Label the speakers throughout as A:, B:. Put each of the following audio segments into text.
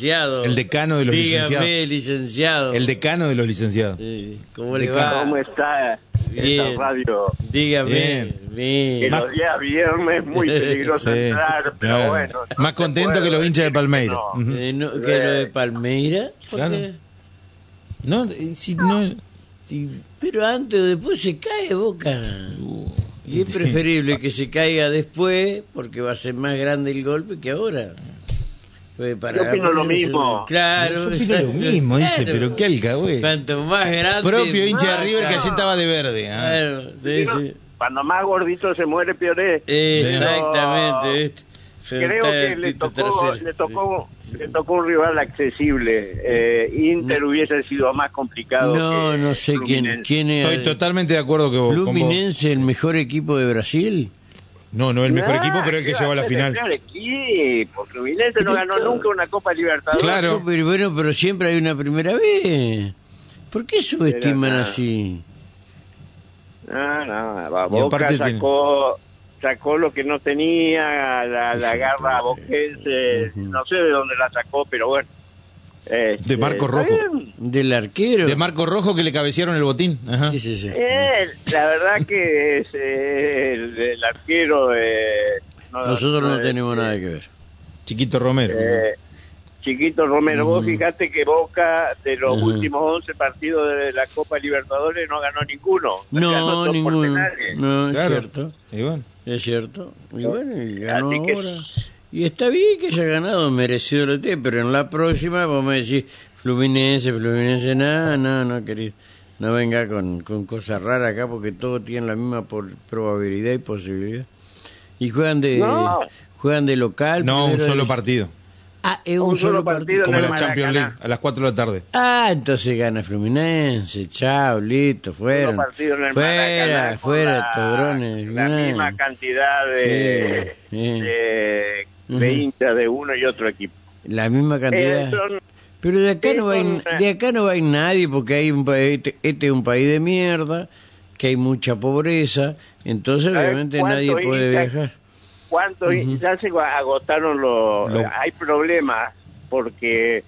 A: licenciado.
B: El decano de los
A: Dígame, licenciado.
B: El decano de los licenciados.
A: Sí, ¿Cómo le
B: decano.
A: va?
C: ¿Cómo está
A: Bien.
C: esta radio?
A: Dígame.
B: Bien.
C: Que
A: bien.
B: Más-
C: los días viernes muy peligroso
B: Sí,
C: entrar, pero
B: claro.
C: bueno. no
B: Más
C: se
B: contento
C: puede
B: que los hinchas de
C: decir
B: Palmeiras.
C: no.
B: Ujú.
A: Eh, no, que lo de Palmeira. ¿por
B: Claro.
A: qué?
B: No, eh, si no. si-
A: Pero antes o después se cae Boca.
B: uh,
A: Y es preferible que se caiga después porque va a ser más grande el golpe que ahora. Pues para
C: Yo opino lo
A: para-
C: mismo.
A: Claro.
B: Yo opino lo mismo, dice, pero qué alcahuete.
A: Cuanto más grande.
B: propio hincha de
A: más
B: River que
A: grande.
B: ayer estaba de verde. ah.
A: Claro, sí,
C: Pero
A: sí.
C: Cuando más gordito se muere, peor es.
A: Exactamente.
C: Pero
A: este, frente
C: Creo que
A: al
C: le
A: Tito
C: tocó,
A: Trasero.
C: le, tocó, le tocó un rival accesible. Eh, Inter hubiese sido más complicado.
A: No,
C: que
A: no sé quién,
C: Fluminense.
A: quién es.
B: Estoy totalmente de acuerdo que vos, con vos.
A: Fluminense, el mejor equipo de Brasil.
B: No, no el mejor
C: Ah,
B: equipo, pero el que
C: ¿qué
B: llegó a
C: va
B: la
C: ser el
B: final.
C: peor equipo. Fluminense no
A: Pero
C: ganó
A: claro.
C: nunca una Copa Libertadores.
B: Claro.
A: No, pero bueno, pero siempre hay una primera vez. ¿Por qué subestiman
C: Pero, ah,
A: así?
C: No, no, va,
B: Y en
C: Boca
B: parte tiene-
C: sacó, sacó lo que no tenía, la, la garra boquense, no sé de dónde la sacó, pero bueno. Este,
B: De Marco Rojo.
C: está bien.
A: Del arquero.
B: De Marco Rojo que le cabecearon el botín. Ajá.
A: Sí, sí, sí.
C: Eh, la verdad que es, eh, el, el arquero... eh, no-
A: Nosotros no
C: eh,
A: tenemos nada que ver.
B: Chiquito Romero.
C: eh, Chiquito Romero,
A: Mm.
C: vos fijate que Boca de los
A: Ujú.
C: últimos 11 partidos de la Copa Libertadores no ganó ninguno. Ganó
A: No,
C: dos por
A: ninguno.
C: penales.
A: No, es
B: Claro.
A: cierto.
B: Y bueno.
A: Es cierto. Y bueno, y ganó
C: Así que-
A: ahora. Y está bien que haya ganado, merecido lo tiene, pero en la próxima vos me decís, Fluminense, Fluminense, no, no, no, querido. No venga con, con cosas raras acá porque todos tienen la misma por- probabilidad y posibilidad. Y juegan de
C: No.
A: juegan de local.
B: No, un
A: primero
B: solo
A: de-
B: partido.
A: Ah, es un,
C: Un
A: solo,
C: solo
A: partido.
C: partido.
B: Como
C: en el
B: la Champions
C: Maracaná.
B: League, a las 4 de la tarde.
A: Ah, entonces gana Fluminense, chao, listo, fueron.
C: partido en el
A: Fuera,
C: Maracaná con
A: fuera,
C: la-
A: tobrones.
C: La
A: gana.
C: misma cantidad de,
A: Sí, sí.
C: de, de
A: Ujú.
C: hinchas de uno y otro equipo.
A: La misma cantidad.
C: Eh, son-
A: Pero de acá,
C: Sí,
A: no va a ir-
C: son-
A: de acá no va a ir nadie porque hay un país, este, este es un país de mierda, que hay mucha pobreza, entonces
C: ¿Sabes
A: obviamente
C: cuánto
A: nadie puede
C: hinchas-
A: viajar.
C: ¿Cuántos hinchas? Ya se agotaron los...
B: Lo-
C: Hay problemas porque...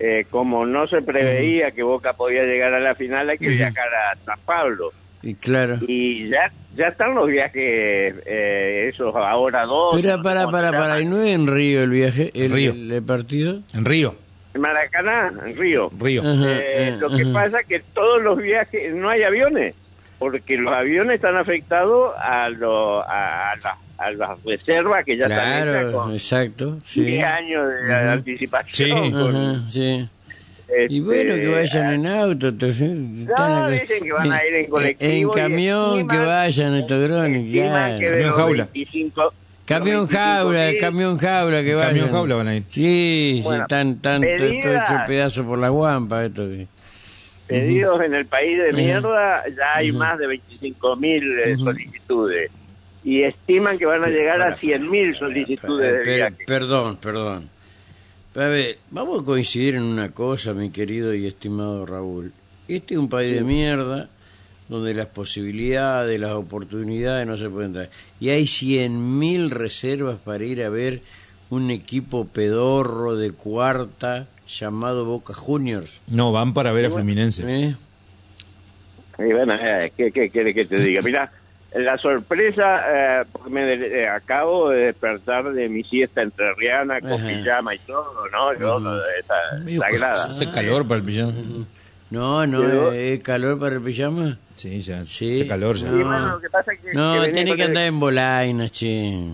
C: eh, como no se preveía que Boca podía llegar a la final, hay que viajar a San Pablo.
A: Y claro.
C: Y ya ya están los viajes, eh, esos ahora dos.
A: Pero
C: no sé
A: para,
C: cómo
A: para,
C: se
A: para, y
C: llaman.
A: no es en Río el viaje, el,
B: Río.
A: el- el partido.
B: En Río.
C: En Maracaná, en Río.
B: Río.
A: Ajá,
C: Eh,
A: eh,
C: lo que
A: ajá.
C: pasa es que todos los viajes, no hay aviones, porque los aviones están afectados a, lo- a, a la- a las reservas que ya están hechas
A: Claro,
C: con
A: exacto. Sí.
C: 10 años de
A: Ajá.
C: anticipación.
B: Sí.
A: Ajá, sí.
C: Este, ah.
A: Y bueno, que vayan en auto. te-
C: No,
A: están-
C: dicen que van a ir en
A: En
C: colectivo. y
A: camión,
C: encima-
A: que vayan estos drones.
C: encima
A: claro.
C: que de
B: Camión
C: los
B: jaula.
C: 25
A: Camión
C: los 25
A: jaula,
C: mil,
A: camión jaula que
B: En
A: vayan.
B: camión jaula van a ir.
A: Sí,
C: Bueno,
A: sí, tan, tan, to- todo
C: pedidas.
A: hecho pedazo por la guampa esto. que-
C: pedidos en el país de
A: Ujú.
C: mierda, ya hay
A: Ujú.
C: más de 25 mil eh,
A: Ujú.
C: solicitudes. Y estiman que van a llegar a 100 mil
A: Eh,
C: solicitudes de
A: per-
C: viaje.
A: perdón, perdón. A ver, vamos a coincidir en una cosa, mi querido y estimado Raúl. Este es un país de mierda donde las posibilidades, las oportunidades no se pueden dar. Y hay 100.000 reservas para ir a ver un equipo pedorro de cuarta llamado Boca Juniors.
B: No, van para ver a Fluminense.
A: ¿eh?
C: Y bueno, eh, ¿qué, qué querés que te diga? Mirá, la sorpresa, eh, porque me de- eh, acabo de despertar de mi siesta entrerriana con
A: Ajá. pues,
C: pijama y todo, ¿no? Yo, esa-
B: Medio
C: sagrada.
B: pues,
A: Ah,
B: hace calor para el pillón.
A: No, no,
C: Pero-
A: ¿es calor para el pijama?
B: Sí, ya.
A: Sí.
B: Hace calor ya.
C: Y bueno, lo que pasa es que, que
A: No,
C: venía
A: tiene
C: con
A: que
C: el-
A: andar en bolainas, che.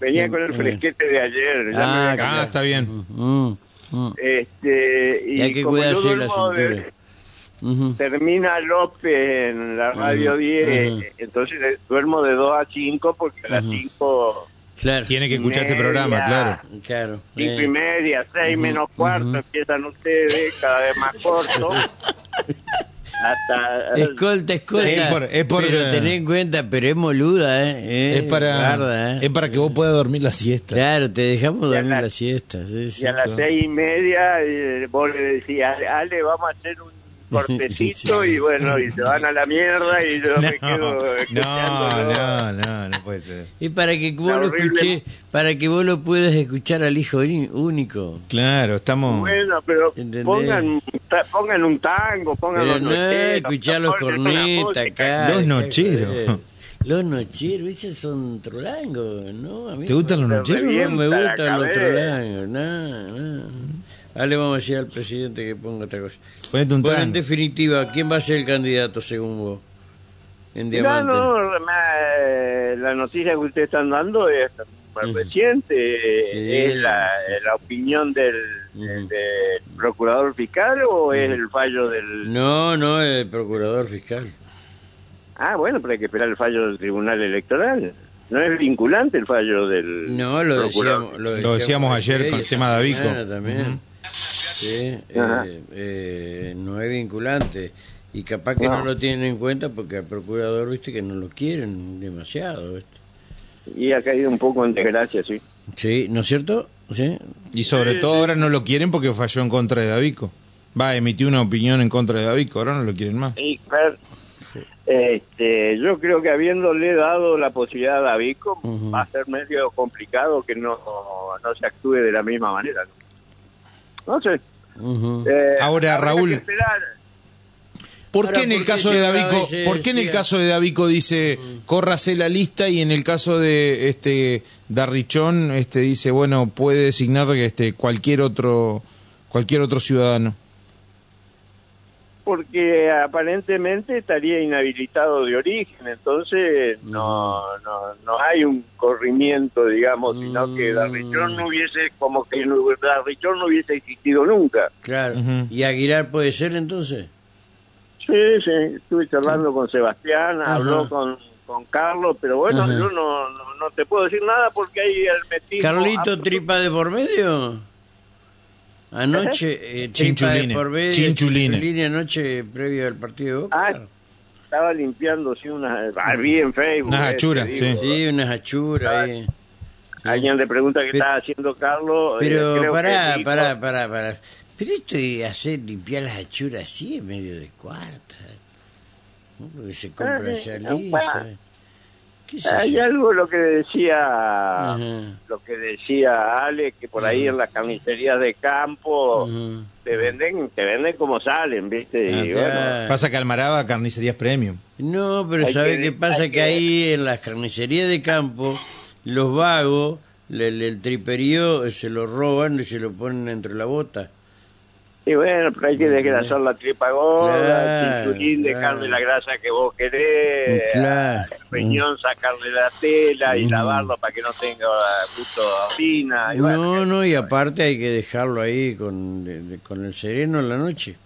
C: Venía con el
A: Eh.
C: fresquete de ayer. ya me
A: Ah,
C: había
B: Ah, está bien.
A: Mm, mm.
C: Este, y
A: Y hay que
C: como yo
A: cuidarse la
C: duermo de-
A: cintura. Ujú.
C: termina López en la radio
A: Ujú,
C: 10,
A: ujú.
C: eh, entonces eh, duermo de 2 a 5 porque a las
A: Ujú.
C: 5,
A: Claro,
B: Tiene que escuchar este
C: Media.
B: programa, claro.
A: claro.
C: 5 y
A: eh.
C: media, 6 menos cuarto empiezan ustedes, cada vez más corto. hasta
A: Escolta, escolta.
B: Es por- es por- eh,
A: pero tené en cuenta, pero es moluda, ¿eh? Eh,
B: Es para,
A: guarda, ¿eh?
B: es para que vos puedas dormir la siesta.
A: Claro, te dejamos
C: Y a
A: dormir
C: la-
A: la siesta. sí, sí.
C: y a las 6 y media eh, vos le decías, Ale, vamos a hacer un cortecito y bueno, y se van a la mierda y yo me quedo escuchando.
B: no, no, no, no puede ser.
A: Y para que vos lo
C: horrible.
A: escuché, para que vos lo puedas escuchar al hijo in- único.
B: Claro, estamos.
C: Bueno, pero
A: ¿Entendés?
C: pongan, un ta- pongan un tango, pongan
A: Pero
C: los
A: no,
C: nocheros,
A: escuchá los
C: pongan una
A: cornetas
C: música.
A: acá.
B: Los
A: dejá
B: nocheros.
A: joder. Los nocheros, esos son trolangos, ¿no? A mí
B: ¿Te gustan los
C: Te
B: nocheros?
A: No me
C: Para
A: gustan los
C: cabeza.
A: trolangos, no, no. Ahora le vamos a decir al presidente que ponga otra cosa.
B: Ponete un
A: Bueno, en
B: tango.
A: definitiva, ¿quién va a ser el candidato según vos? En
C: Mirá,
A: Diamante.
C: no, me- la noticia que ustedes están dando es más reciente,
A: Sí,
C: es la,
A: sí, sí.
C: la opinión del,
A: Ujú.
C: del procurador fiscal o es el fallo del...
A: No, no, el procurador fiscal.
C: Ah, bueno, pero hay que esperar el fallo del tribunal electoral. No es vinculante el fallo del...
A: No, lo
C: procurador.
A: decíamos, lo
B: Lo decíamos ayer con el
A: y
B: tema de
A: esta
B: Abico.
A: mañana también. Sí,
C: Ajá.
A: eh, eh, no es vinculante. Y capaz que no.
C: No.
A: lo tienen en cuenta porque al procurador, viste, que no lo quieren demasiado. ¿viste?
C: Y ha caído un poco en desgracia, sí.
A: Sí, ¿no es cierto? Sí.
B: Y sobre todo ahora no lo quieren porque falló en contra de Davico. Va, emitió una opinión en contra de Davico, ahora no lo quieren más.
C: Y, Fer, este, yo creo que habiéndole dado la posibilidad a David,
A: Ujú.
C: va a ser medio complicado que no, no se actúe de la misma manera. No, No sé.
A: Ujú.
C: Eh,
B: Ahora,
C: habrá
B: Raúl.
C: que esperar.
B: ¿Por
A: Ahora,
B: qué en el
A: ¿por qué
B: caso de
A: llega a
B: Davico,
A: veces,
B: por qué en el
A: sí,
B: caso de Davico dice córrase la lista y en el caso de este Darrichón este dice, bueno, puede designar que este cualquier otro cualquier otro ciudadano?
C: Porque aparentemente estaría inhabilitado de origen, entonces no no, no hay un corrimiento, digamos, sino que
A: Mm.
C: Darrichón no hubiese, como que no- Darrichón no hubiese existido nunca.
A: Claro.
B: Ujú.
A: ¿Y Aguilar puede ser entonces?
C: Sí, sí, estuve charlando con Sebastián,
A: Ajá.
C: habló con, con Carlos, pero bueno,
A: Ajá.
C: yo no, no, no te puedo decir nada porque hay hermetismo.
A: ¿Carlito
C: absoluto.
A: Tripa de por medio? Anoche, eh, Tripa de
B: Chinchulines.
A: por medio.
B: Chinchulines.
A: Chinchulines anoche, previo al partido de Boca.
C: Ah, estaba limpiando, sí, una... Ah, vi en Facebook.
B: Unas
C: eh, te
B: hachuras,
C: digo.
B: sí.
A: Sí, unas
C: ah,
A: achuras ahí.
C: Alguien le pregunta qué
A: Pero-
C: estaba haciendo Carlos. eh, creo
A: Pero
C: que
A: pará,
C: dijo-
A: pará, pará, pará. Pero esto de hacer limpiar las achuras así en medio de cuarta. ¿no? Porque se compra
C: Eh,
A: ya
C: eh,
A: lista. ¿Qué sé
C: Hay
A: yo?
C: algo lo que decía...
A: Ajá.
C: Lo que decía Ale, que por ahí en las carnicerías de campo
A: Ujú.
C: te venden te venden como salen, ¿viste?
A: Ah,
C: Y bueno,
A: Ah.
B: Pasa que Almaraba carnicerías premium.
A: No, pero
C: Hay
A: ¿sabe
C: que-
A: qué pasa?
C: hay
A: Que
C: que-
A: ahí en las carnicerías de campo, los vagos, le- le- el, triperío, eh, se lo roban y se lo ponen entre la bota.
C: Y bueno, pero hay que desgrasar la tripa gorda,
A: Claro,
C: el cinturín,
A: claro. Mm,
C: dejarle la grasa que vos querés,
A: Claro.
C: el riñón sacarle la tela y
A: Ujú.
C: lavarlo para que no tenga gusto a orina. Y bueno,
A: No, no, y aparte hay que dejarlo ahí con, de- de- con el sereno en la noche.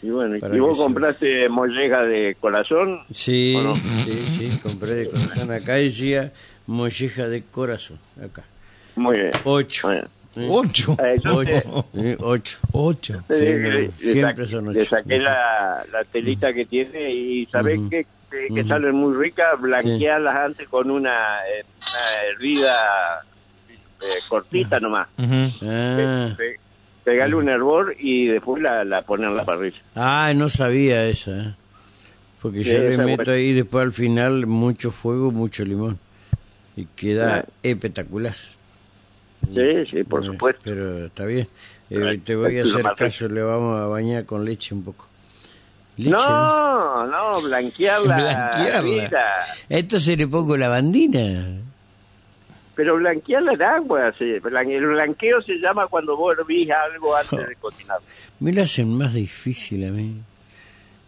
C: y, bueno,
A: Para
C: y
A: que
C: vos
A: se-
C: compraste molleja de corazón,
A: Sí,
C: ¿O no?
A: sí, sí, compré de corazón. Acá decía molleja de corazón, acá.
C: muy bien.
A: Ocho.
C: Bueno.
A: Sí.
B: Ocho.
C: Eh, yo te-
A: Ocho. Sí, ocho.
B: Ocho.
C: te
A: Sí,
C: dije
A: no,
C: que le- le
A: siempre
C: saqué-
A: son
C: le
A: ocho.
C: saqué la, la telita que tiene y sabés
A: Ujú.
C: que, que- que salen muy ricas, blanquearlas antes con una, eh, una hervida eh, cortita nomás.
B: Ujú.
A: Ah,
C: Pe- pegarle un hervor y después la, la poner en la parrilla.
A: Ah, no sabía esa. ¿eh? Porque
C: Sí,
A: yo le
C: esa
A: meto
C: buena.
A: ahí después al final mucho fuego, mucho limón. Y queda espectacular.
C: Sí, sí, por
A: Eh,
C: supuesto.
A: Pero está bien. Eh,
C: Correcto.
A: te voy a
C: Es lo
A: hacer
C: más rico.
A: caso, le vamos a bañar con leche un poco. Leche, ¿no?
C: No, no, blanquearla.
B: Blanquearla.
C: hervida.
A: Entonces le pongo lavandina.
C: Pero blanquearla en agua, sí. Blan- El blanqueo se llama cuando vos hervís algo antes de cocinar.
A: Me lo hacen más difícil a mí.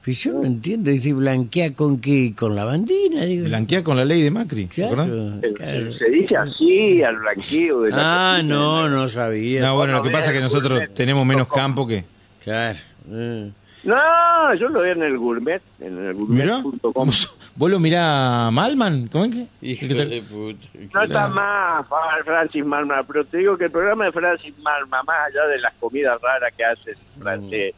A: Pero yo no entiendo. Dice, ¿blanquea con qué? ¿Con lavandina? Digo,
B: Blanquea con la ley de Macri, ¿te
A: claro,
B: acordás?
C: Se-
A: claro.
C: Se dice así al blanqueo. De la
A: Ah,
C: cocina.
A: no, no sabía.
B: No, bueno, lo que
C: Bueno,
B: pasa es que
C: bien,
B: nosotros
C: gourmet.
B: tenemos menos campo que
A: Claro. eh.
C: No, yo lo veo en el gourmet, en el
B: Mirá,
C: gourmet.com.
B: vos vos lo mirá Malman, ¿cómo es que? El que te-
C: No está más Fa- Francis Malma, pero te digo que el programa de Francis Malma, más allá de las comidas raras que hace
B: Mm,
C: el francés,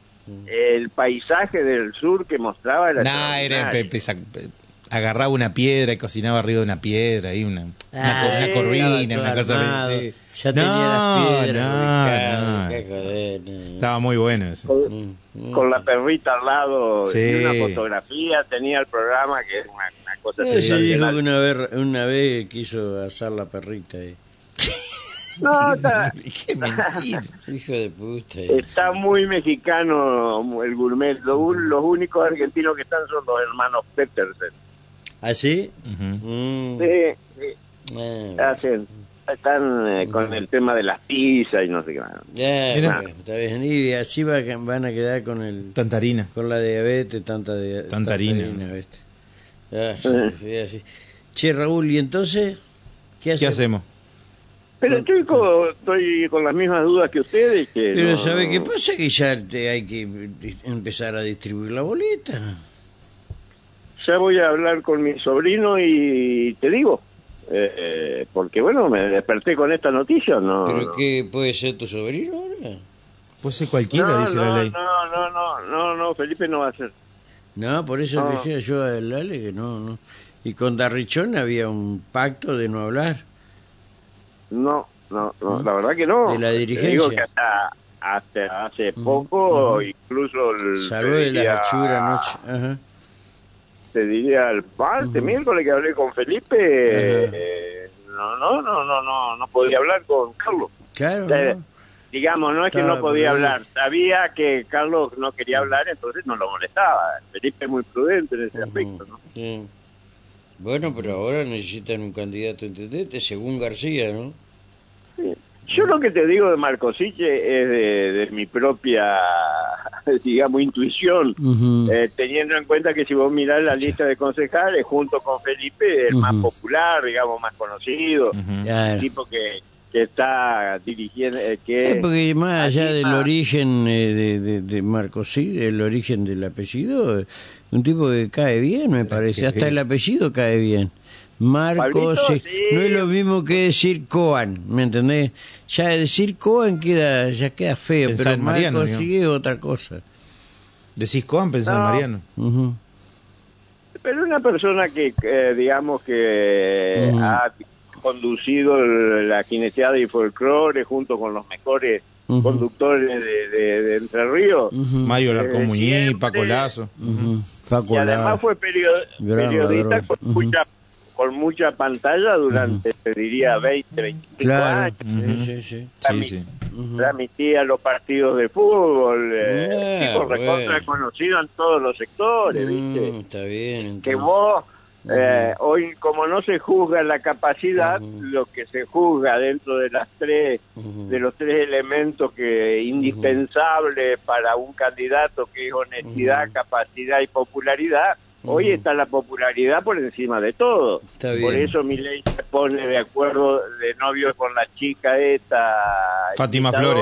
C: el paisaje del sur que mostraba era
B: Nah, era, pe-
C: extraordinario.
B: pe- sac- pe- agarraba una piedra y cocinaba arriba de una piedra y una, una,
A: Ah,
B: co- una
A: estaba
B: corvina,
A: todo
B: una cosa
A: armado.
B: así.
A: Ya tenía
B: No,
A: las piedras.
B: no,
A: ubicadas,
B: no.
A: qué joder.
B: Estaba muy bueno ese.
C: con, con la perrita al lado
B: Mm, Sí.
C: y una fotografía, tenía el programa que es una, una cosa
A: Ese dijo
C: sensacional.
A: que una vez, una vez quiso asar la perrita. eh.
C: No, está,
B: Qué mentira.
A: Hijo de puta. eh.
C: está muy mexicano el gourmet. Lo un- los únicos argentinos que están son los hermanos Petersen.
A: ¿Ah, sí?
B: Ujú.
A: Mm.
C: Sí, sí,
A: Ah,
C: hacen, están eh, con el tema de las pizzas y no sé qué más.
A: ya,
B: Mira.
A: bueno, está bien. Y así va- van a quedar con el
B: Tantarina.
A: con la diabetes, tanta, dia-
B: Tanta harina.
A: ¿viste? Ah, sí, así. Che, Raúl, ¿y entonces qué,
B: ¿Qué hacemos?
C: Pero estoy con, estoy con las mismas dudas que ustedes. Que
A: Pero
C: no-
A: ¿sabe qué pasa? Que ya te hay que di- empezar a distribuir la boleta.
C: Ya voy a hablar con mi sobrino y te digo. eh, eh, porque bueno, me desperté con esta noticia, ¿no?
A: ¿Pero
C: no.
A: qué puede ser tu sobrino ahora?
B: Puede ser cualquiera,
C: no,
B: dice
C: no,
B: la ley.
C: No, no, no, no, no, Felipe no va a ser.
A: No, por eso
C: No.
A: le decía yo a Ale que no, no. Y con Darrichón había un pacto de no hablar.
C: No, no, no, la verdad que no.
A: De la
C: Te
A: dirigencia. Mm,
C: digo que hasta, hasta hace poco, incluso el,
A: Salvo de la hachura anoche. Ajá.
C: te diría el martes, miércoles que hablé con Felipe,
A: Ajá.
C: eh, no, no, no, no, no, no podía hablar con Carlos.
A: Claro.
C: Eh,
A: ¿no?
C: digamos, no es que
A: Estaba
C: no podía
A: por ahí.
C: hablar. Sabía que Carlos no quería hablar, entonces no lo molestaba. Felipe es muy prudente en ese aspecto. ¿no?
A: Sí. Bueno, pero ahora necesitan un candidato, intendente Según García, ¿no?
C: Yo lo que te digo de Marcosiche es de, de mi propia, digamos, intuición. Eh, teniendo en cuenta que si vos mirás la lista de concejales, junto con Felipe, el más
A: Ujú.
C: popular, digamos, más conocido,
B: Ujú.
A: Claro.
C: el tipo que, que está dirigiendo, eh,
A: Eh,
C: que
A: porque más allá
C: Así
A: del
C: va.
A: origen eh, de, de, de Marcosí, del origen del apellido, eh, un tipo que cae bien, me parece. Hasta el apellido cae bien. Marcosí.
C: Pablito, sí.
A: No es lo mismo que decir Coan, ¿me entendés? Ya decir Coan queda, ya queda feo,
B: Pensá
A: pero
B: en Mariano,
A: Marcosí es otra cosa.
B: Decís Coan, pensás en
C: No.
B: Mariano.
A: Ujú.
C: Pero una persona que, eh, digamos, que
A: Mm.
C: ha conducido el- la kinesiada y folclore junto con los mejores
A: Ujú.
C: conductores de, de- de Entre Ríos.
A: Ujú.
B: Mario
C: Eh,
B: Larcón Muñiz,
C: siempre.
B: Paco Lazo.
A: Ujú. Paco
C: Y además
A: Lago.
C: fue perio-
A: Gran
C: periodista
A: ladrón.
C: con
A: Ujú.
C: mucha, con mucha pantalla durante, te diría, 20, 25
A: Claro.
C: años.
A: Sí, sí, sí.
B: Sí, sí.
A: Ujú.
C: Transmitía los partidos de fútbol, eh,
A: Ah,
C: tipo recontra
A: bueno.
C: conocido en todos los sectores, ¿viste?
A: Mm, está bien.
C: que
A: entonces.
C: vos eh, hoy como no se juzga la capacidad lo que se juzga dentro de las tres
A: Ujú.
C: de los tres elementos que indispensables para un candidato que es honestidad capacidad y popularidad hoy está la popularidad por encima de todo
A: Está
C: por
A: bien.
C: eso mi ley se pone de acuerdo de novio con la chica esta
B: Fátima
C: imitadora.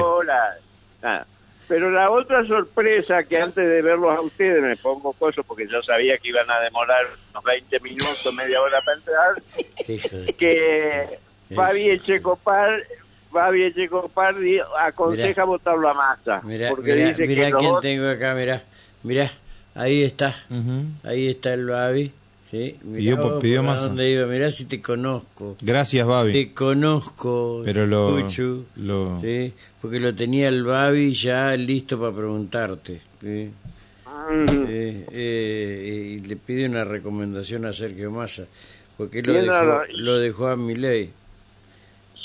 C: Ah, pero la otra sorpresa que antes de verlos a ustedes me pongo coso porque yo sabía que iban a demorar unos 20 minutos, media hora para entrar,
A: Hijo de-
C: que Fabi Echecopar, Fabi Echecopar di- aconseja
A: Mirá.
C: votarlo a masa.
A: Mirá,
C: porque
A: mirá,
C: dice
A: mirá
C: que los
A: quién
C: votos-
A: tengo acá, mirá. Mirá, ahí está.
B: Ujú.
A: Ahí está el Babi. ¿sí? Mirá
B: Pidió por-
A: vos
B: pidió
A: para
B: Massa.
A: dónde iba. Mirá si te conozco.
B: Gracias, Babi.
A: Te conozco,
B: Pero lo-
A: Puchu,
B: lo-
A: ¿sí? Porque lo tenía el Babi ya listo para preguntarte. ¿sí?
C: Mm,
A: Eh, eh, y le pide una recomendación a Sergio Massa. Porque lo
C: Bien,
A: dejó,
C: ahora-
A: lo dejó a Milei.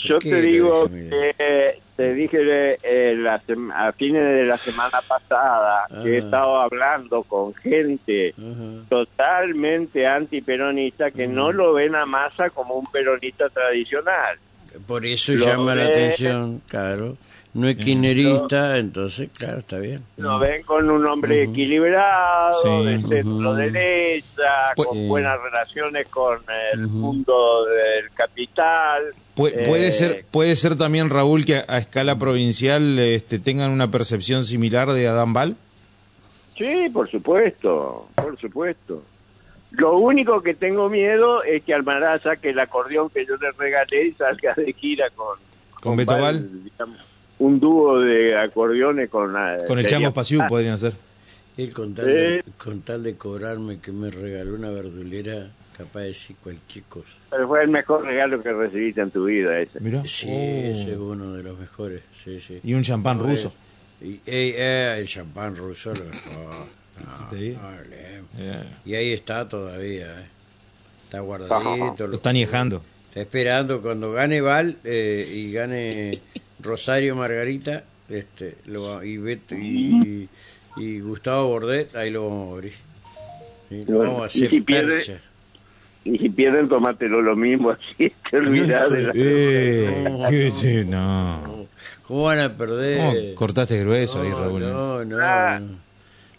C: Yo
A: qué
C: te
A: lo
C: digo
A: dice, mira?
C: que eh, te dije eh, la sem- a fines de la semana pasada
A: Ah.
C: que he estado hablando con gente
A: Ajá.
C: totalmente antiperonista que no
A: Mm.
C: lo ven a Massa como un peronista tradicional.
A: Por eso
C: Lo
A: llama la
C: ve-
A: atención, claro. No es kirchnerista, entonces, claro, está bien.
C: Lo ven con un hombre equilibrado,
B: Sí. Pues, eh.
C: de centro-derecha,
B: Pu-
C: con
A: Sí.
C: buenas relaciones con el mundo del capital.
B: Pu- puede
C: Eh,
B: ser puede ser también Raúl que a, a escala provincial este, tengan una percepción similar de Adán Val
C: Sí, por supuesto, por supuesto. Lo único que tengo miedo es que Almaraz saque el acordeón que yo le regalé y salga de gira con...
B: ¿Con Beto Val?
C: digamos, un dúo de acordeones con... eh,
B: con el
C: sería-
B: Chango Pasiú podrían hacer
A: Él con tal, de,
C: Eh.
A: con tal de cobrarme que me regaló una verdulera, capaz de decir cualquier cosa.
C: Pero fue el mejor regalo que recibiste en tu vida ese.
B: Mirá.
A: Sí,
B: Oh.
A: ese es uno de los mejores. Sí, sí.
B: y un champán ruso
A: Y, Y, eh, eh, el champán ruso lo dejó. No,
B: ¿Viste ahí?
A: no hablemos.
B: Eh,
A: Y ahí está todavía, ¿eh? Está guardadito.
B: Lo están viajando.
A: Está esperando cuando gane Val eh, y gane Rosario Margarita este lo va- y, Bet- y, y Gustavo Bordet, ahí lo vamos a abrir. Y lo
C: Bueno,
A: vamos a
C: y
A: hacer
C: si pierde-
A: percha.
C: Y si pierden, tomátelo lo mismo, así te olvidás de la...
B: Eh,
A: No.
B: qué- sí, no.
A: ¿Cómo van a perder?
B: ¿Cómo cortaste grueso ahí,
A: Eh. No,
B: Raúl?
A: No, no.
C: Ah.
A: no,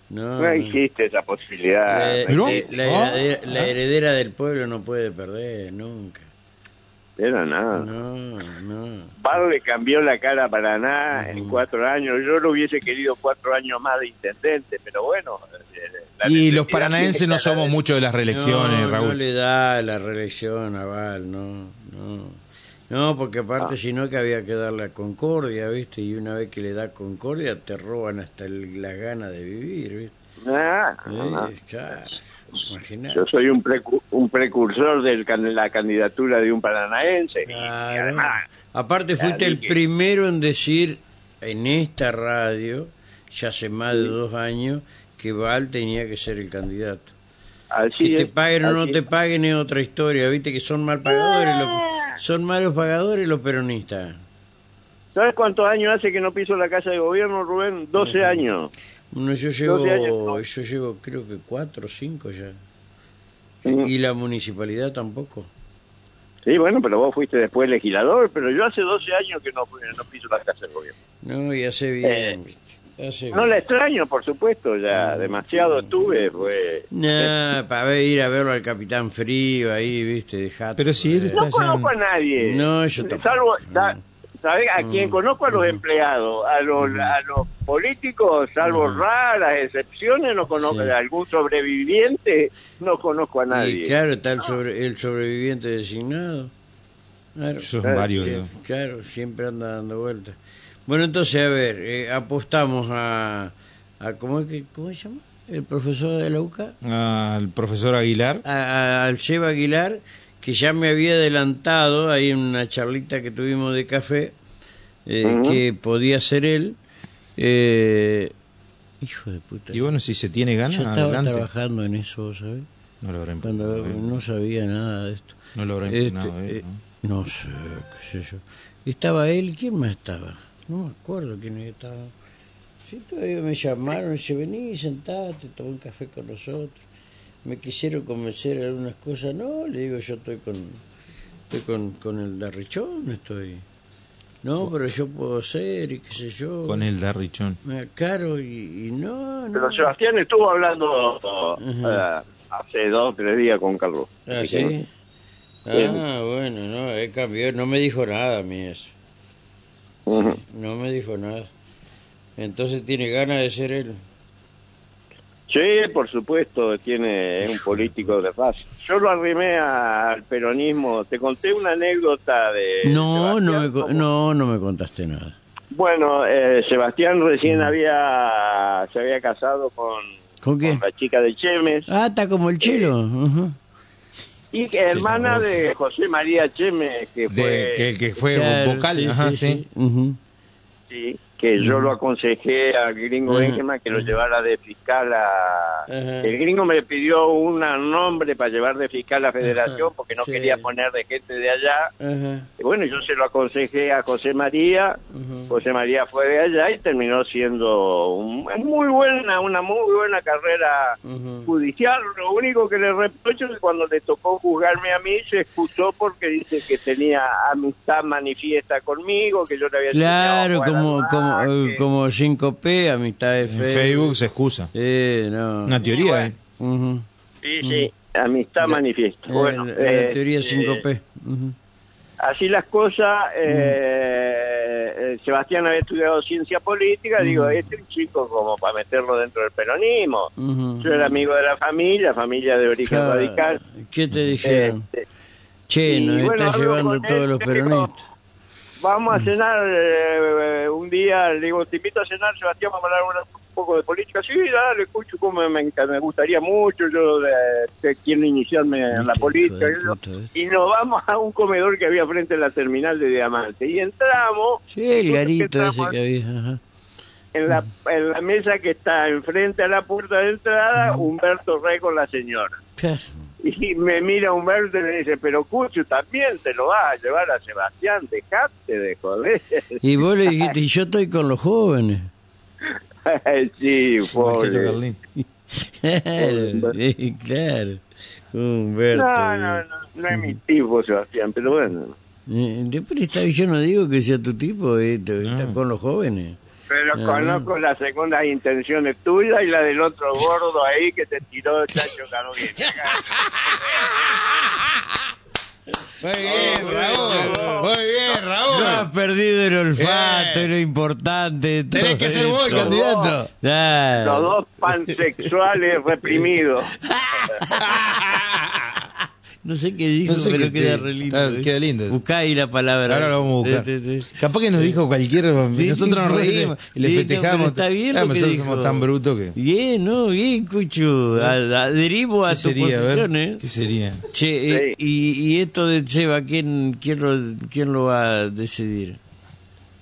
C: No
A: no.
C: existe esa posibilidad.
A: La,
B: ¿Pero?
A: eh, la
B: Ah,
A: heredera, la
B: ah.
A: heredera del pueblo no puede perder nunca.
C: Era nada.
A: No, no.
C: Bar le cambió la cara a Paraná en cuatro años. Yo lo hubiese querido cuatro años más de intendente, pero bueno. eh, la
B: Y los
C: necesidad
B: paranaenses
C: tiene
B: no
C: que
B: somos
C: haber-
B: mucho de las reelecciones,
A: no, No
B: Raúl.
A: le da la reelección a Val, no, no. No, porque aparte
C: Ah.
A: si no que había que darle a Concordia, ¿viste? Y una vez que le da Concordia te roban hasta el- las ganas de vivir, ¿viste?
C: Ah, ah,
A: Eh, ya, imaginate.
C: Yo soy un, precu- un precursor de la candidatura de un paranaense. y- y
A: Claro.
C: además,
A: Aparte fuiste
C: ya
A: el
C: dije.
A: primero en decir en esta radio, ya hace más de dos años, que Val tenía que ser el candidato.
C: así
A: Que te
C: es,
A: paguen o no
C: así
A: te
C: es.
A: paguen es otra historia, viste que son mal pagadores,
C: Ah.
A: los- son malos pagadores los peronistas.
C: ¿Sabes cuántos años hace que no piso la casa de gobierno, Rubén? 12 años.
A: Bueno, yo llevo,
C: te hallas, no.
A: yo llevo creo que cuatro o cinco ya.
C: Mm.
A: Y la municipalidad tampoco.
C: Sí, bueno, pero vos fuiste después legislador, pero yo hace 12 años que no, eh, no piso la casa de gobierno.
A: No, y hace
C: Eh,
A: bien, viste. Hace
C: No
A: bien.
C: la extraño, por supuesto,
A: Ah.
C: ya demasiado tuve, pues.
A: No, para ver, ir a verlo al Capitán Frío ahí, viste, dejate.
B: Pero si él
A: joder.
B: está
C: No conozco a
B: allá.
C: nadie.
A: No, Mm. yo tampoco.
C: Salvo, sa- ¿sabés a quién conozco? A los empleados, a los,
A: Mm.
C: a los políticos, salvo raras excepciones, no conozco
A: Sí.
C: a algún sobreviviente, no conozco a
A: Y
C: nadie.
A: claro, está el, sobre- el sobreviviente designado. Claro.
B: Son varios.
A: Que-
B: ¿no?
A: Claro, siempre anda dando vueltas. Bueno, entonces, a ver, eh, apostamos a, a ¿cómo, es que, ¿cómo se llama? El profesor de la UCA,
B: Al profesor Aguilar.
A: a- a- al Seba Aguilar, que ya me había adelantado ahí en una charlita que tuvimos de café, eh, que podía ser él. Eh, hijo de puta.
B: Y bueno, si se tiene
A: Yo
B: ganas,
A: estaba
B: adelante.
A: trabajando en eso, ¿vos ¿sabés?
B: No lo habrá impugnado,
A: Cuando
B: ¿eh?
A: no sabía nada de esto.
B: No lo habrá
A: Este,
B: impugnado, ¿eh?
A: eh, ¿no? sé, qué sé yo. Estaba él, ¿quién más estaba? No me acuerdo quién estaba. Sí, todavía me llamaron, dice, vení, sentate, toma un café con nosotros. Me quisieron convencer de algunas cosas, no, le digo, yo estoy con, estoy con, con el darrichón, estoy. No, pero yo puedo ser y qué sé yo.
B: ¿no? Con el Darrichón.
A: Me acaro y, y no, no.
C: Pero Sebastián estuvo hablando eh, hace dos o tres días con Carlos.
A: Ah,
C: Así que-
A: sí. Ah, bueno, no, he cambiado, no me dijo nada a mí eso.
C: Ujú.
A: No me dijo nada. Entonces tiene ganas de ser él.
C: Sí, por supuesto, tiene es un político de paz. Yo lo arrimé a- al peronismo. Te conté una anécdota de.
A: Eh, No, no
C: Sebastián,
A: me, co-
C: ¿cómo?
A: no, no me contaste nada.
C: Bueno, eh, Sebastián recién había se había casado con,
A: Mm. ¿Con qué?
C: la chica de Chemes
A: Ah, está como el chelo. ujú.
C: y que hermana de José María Chemes, que fue
B: De, que el que fue
A: Claro,
B: vocal.
A: sí,
B: Ajá,
A: sí,
B: sí.
A: sí, ujú.
C: sí, que yo lo aconsejé al gringo
A: Ajá.
C: Benjamin que lo llevara de fiscal a
A: Ajá.
C: el gringo me pidió un nombre para llevar de fiscal a la Federación porque no
A: sí.
C: quería poner de gente de allá.
A: Ajá,
C: Y bueno, yo se lo aconsejé a José María.
A: ujú.
C: José María fue de allá y terminó siendo un- muy buena, una muy buena carrera
A: Ujú.
C: judicial. Lo único que le reprocho es que cuando le tocó juzgarme a mí, se escuchó porque dice que tenía amistad manifiesta conmigo, que yo le había
A: Claro,
C: enseñado a
A: como,
C: jugar
A: como,
C: al
A: eh,
C: básquet.
A: como 5P a mitad de
B: En
A: Facebook.
B: Facebook se excusa.
A: Eh, no.
B: Una teoría, ¿eh?
A: Ujú.
C: Sí, sí, amistad manifiesta.
A: Eh,
C: Bueno,
A: mm. la, la
C: eh,
A: teoría
C: eh,
A: 5P. ujú.
C: Así las cosas,
A: Mm.
C: eh, eh, Sebastián había estudiado ciencia política,
A: Mm.
C: digo, este es un chico como para meterlo dentro del peronismo.
A: Ujú.
C: Yo era amigo de la familia, familia de origen
A: Claro.
C: radical.
A: ¿Qué te dijeron?
C: Este,
A: Che,
C: y
A: nos
C: bueno,
A: están
C: hablo
A: llevando
C: con él,
A: todos los
C: le digo,
A: peronistas. Mm.
C: Vamos a cenar eh, un día, le digo, te invito a cenar, Sebastián, vamos a hablar una- un poco de política. Sí, dale, escucho, como me, enca- me gustaría mucho, yo eh, te- quiero iniciarme en la
A: qué hijo
C: política.
A: de
C: y yo-
A: puta, ¿eh?
C: y nos vamos a un comedor que había frente a la terminal de Diamante. Y entramos.
A: Sí, el
C: nosotros
A: garito ese Mm.
C: entramos,
A: que había. ajá.
C: en la, en la mesa que está enfrente a la puerta de
A: Mm.
C: entrada Humberto Rey con la señora.
A: Claro.
C: Y me mira Humberto y me dice, pero Cucho, también te lo vas a llevar a Sebastián, dejate de joder.
A: Y vos le dijiste, y yo estoy con los jóvenes.
C: sí,
B: Muchacho
C: pobre.
B: Carlín.
A: Claro, sí, claro. Humberto.
C: No, no, no, no es mi tipo, Sebastián, pero bueno.
A: Eh, después está, yo no digo que sea tu tipo, eh, te- está con los jóvenes.
C: Pero
A: Ah.
C: conozco las segundas intenciones tuyas y la del otro gordo ahí que te tiró Chacho Carolina.
B: Muy bien, Raúl. Muy bien,
A: No has
B: Raúl.
A: perdido el olfato,
B: Eh.
A: y lo importante. de todo
B: Tenés que ser vos el
A: esto.
B: candidato.
A: Claro.
C: Los dos pansexuales reprimidos.
A: No sé qué dijo,
B: No sé
A: pero
B: qué-
A: queda
B: sí.
A: re lindo. eh.
B: Ah, queda lindo.
A: Buscá ahí la palabra.
B: Ahora lo vamos a buscar.
A: Sí, sí, sí.
B: Capaz que nos dijo cualquier.
A: Sí,
B: nosotros nos
A: sí,
B: reímos y le
A: sí, no,
B: festejamos.
A: pero está bien
B: Ah,
A: lo que
B: nosotros
A: dijo.
B: somos tan brutos que.
A: Bien, ¿no? Bien, Cucho. A- Adherimos a
B: ¿Qué
A: tu
B: sería? A ver,
A: posición, ¿eh?
B: ¿Qué sería?
A: Che, eh,
C: Sí.
A: y, y esto de Cheva, ¿quién, quién, lo, ¿quién lo va a decidir?